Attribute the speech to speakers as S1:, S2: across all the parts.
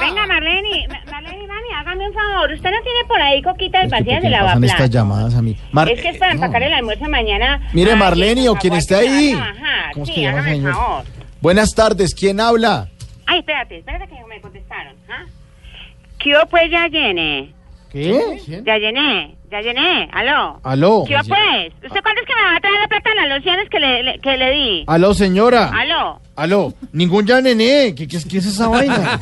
S1: Venga, Marleni. Ma- Marleni, mami, hágame un favor. Usted no tiene por ahí coquitas
S2: ¿Por qué
S1: vacías de
S2: me pasan estas
S1: lavaplatos.
S2: llamadas a mí? Mar-
S1: Es que es para
S2: eh, no.
S1: empacar el almuerzo mañana.
S2: Mire,
S1: Ay,
S2: Marleni,
S1: por
S2: o quien
S1: favor,
S2: esté
S1: que se va a
S2: ahí.
S1: trabajar.
S2: ¿Cómo es que
S1: Sí,
S2: llama,
S1: hágame el
S2: señor?
S1: favor.
S2: Buenas tardes, ¿quién habla?
S1: Ay, espérate, espérate que me contestaron. ¿ah? ¿Qué hubo, pues ya llené?
S2: ¿Qué?
S1: Ya llené, ya llené. ¿Aló?
S2: Aló.
S1: ¿Qué hubo, pues? ¿Usted cuándo es que me va a traer la plata de las lociones que le, le- que le di?
S2: Aló, señora.
S1: ¿Aló?
S2: Aló. Ningún ya nené. ¿Qué, qué es- qué es esa vaina?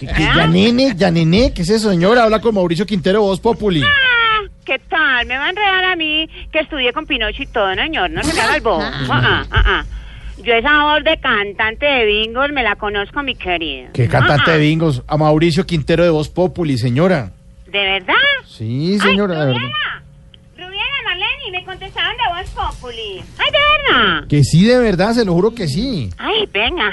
S2: ¿Qué, qué,
S1: ¿Ah?
S2: ya nene, ya nené. ¿Qué es eso, señora? Habla con Mauricio Quintero, voz populi.
S1: Ah, ¿Qué tal? Me va a enredar a mí que estudié con Pinocho y todo, ¿no, señor? No se me haga el bobo. Ah, ah, ah, ah. Yo esa voz de cantante de bingos me la conozco, mi querido. Ah,
S2: ¿Qué cantante de bingos? A Mauricio Quintero de voz populi, señora.
S1: bingos? ¿De verdad?
S2: Sí, señora,
S1: Ay,
S2: de verdad.
S1: Rubiana, Rubiana, Marlene, me contestaron de Voz Populi. Ay, de verdad.
S2: Que sí, de verdad, se lo juro que sí.
S1: Ay, venga.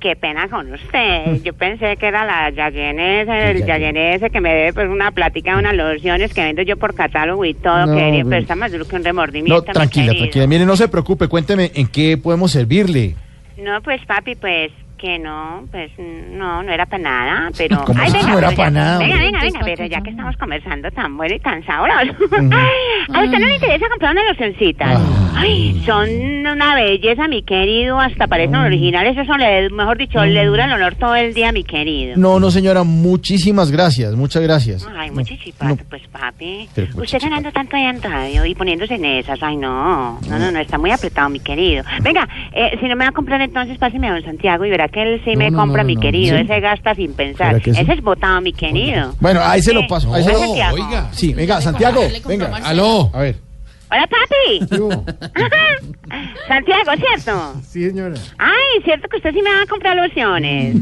S1: Qué pena con usted. Yo pensé que era la Yayenese, el
S2: Sí, Yayene.
S1: Yayenese que me debe pues una plática de unas lociones que vendo yo por catálogo y todo,
S2: No,
S1: querido,
S2: bueno.
S1: pero está más duro que un
S2: No,
S1: remordimiento. mi
S2: tranquila,
S1: querido.
S2: tranquila. Mire, no se preocupe, cuénteme en qué podemos servirle.
S1: No, pues papi, pues que no, pues no, no era para nada, pero...
S2: ¿Cómo así no era
S1: pero ya-
S2: pa' nada, Pues,
S1: Venga,
S2: hombre?
S1: venga, venga,
S3: Entonces,
S1: pero
S3: papi,
S1: ya que
S3: ya.
S1: estamos conversando tan bueno y tan sabroso. A usted
S2: Ah.
S1: no le interesa comprar unas locioncitas. Ay, son una belleza, mi querido, hasta parecen
S2: Ah.
S1: originales, eso le, mejor dicho, le dura el olor todo el día, mi querido.
S2: No, no, señora, muchísimas gracias, muchas gracias.
S1: Ay,
S2: No,
S1: muchísimas,
S2: no.
S1: pues papi.
S2: Pero
S1: Usted
S2: muchísimas.
S1: ganando tanto ahí en radio y poniéndose en esas. Ay, no. No, no, no, está muy apretado, mi querido. Venga, eh, si no me va a comprar entonces, páseme a don Santiago y verá que él sí
S2: No,
S1: me
S2: no,
S1: compra,
S2: no,
S1: mi
S2: no,
S1: querido.
S2: ¿sí?
S1: Ese gasta sin pensar.
S2: ¿Será que sí?
S1: Ese es botado, mi querido.
S2: Bueno, ahí se lo
S1: Sí.
S2: paso. Ahí se
S1: Don
S2: lo...
S1: Santiago.
S4: oiga.
S2: Sí, venga, Santiago, venga.
S4: Aló.
S2: A ver.
S1: Hola, papi. Santiago, ¿cierto?
S2: Sí, señora.
S1: Ay, cierto que usted sí me va a comprar lociones.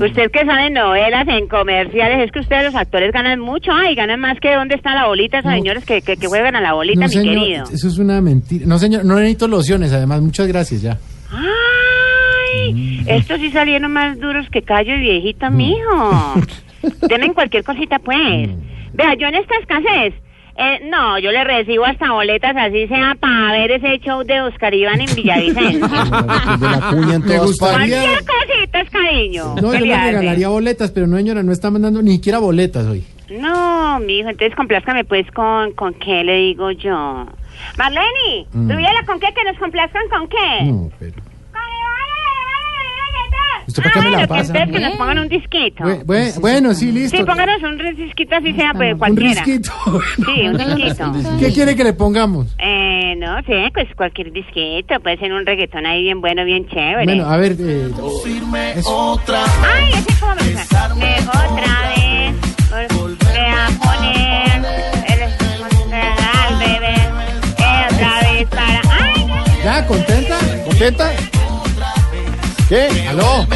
S1: Usted que sabe en novelas, en comerciales, es que ustedes los actores ganan mucho. Ay, ganan más que dónde está la bolita, esos señores que, que, que juegan a la bolita,
S5: No,
S1: mi
S5: señor,
S1: querido.
S5: eso es una mentira. No, señor, no necesito lociones, además, muchas gracias ya.
S1: Ay, estos sí salieron más duros que callo y viejito, mijo. Deme cualquier cosita, pues. Vea, yo en esta escasez. eh, no, yo le recibo hasta boletas, así sea, para ver ese show de Oscar Iván en Villavicencio.
S2: De la cuña en
S5: Me
S2: todas
S5: gustaría-
S1: cualquier
S2: partes.
S1: cosita es cariño.
S5: No, yo
S1: ¿Qué le
S5: le
S1: hace?
S5: regalaría boletas, pero no, señora, no está mandando ni siquiera boletas hoy.
S1: No, mijo, entonces complázcame, pues, con, con qué le digo yo. Marlene, Rubiela, ¿con qué? ¿Que nos complazcan con qué?
S2: Mm.
S5: No, pero. ¿Usted
S1: ah,
S5: por qué me la
S1: bueno, que
S5: pasa?
S1: entonces que nos pongan un disquito.
S5: Bue- bue- bueno, Ah, sí, listo.
S1: Sí, pónganos un risquito así sea, pues
S5: Un
S1: cualquiera.
S5: risquito.
S1: Sí, un
S3: Póngale un
S1: risquito.
S3: risquito.
S5: ¿Qué quiere que le pongamos?
S1: Eh, no sé, pues cualquier disquito, puede ser un reggaetón ahí bien bueno, bien chévere.
S5: Bueno, a ver. eh,
S1: Ay, ese cómo me gusta. Me otra vez volveré a poner el al bebé. eh, Otra vez para. Ay,
S5: ¿Ya? ¿Contenta?
S2: ¿Contenta? ¿Qué? Aló.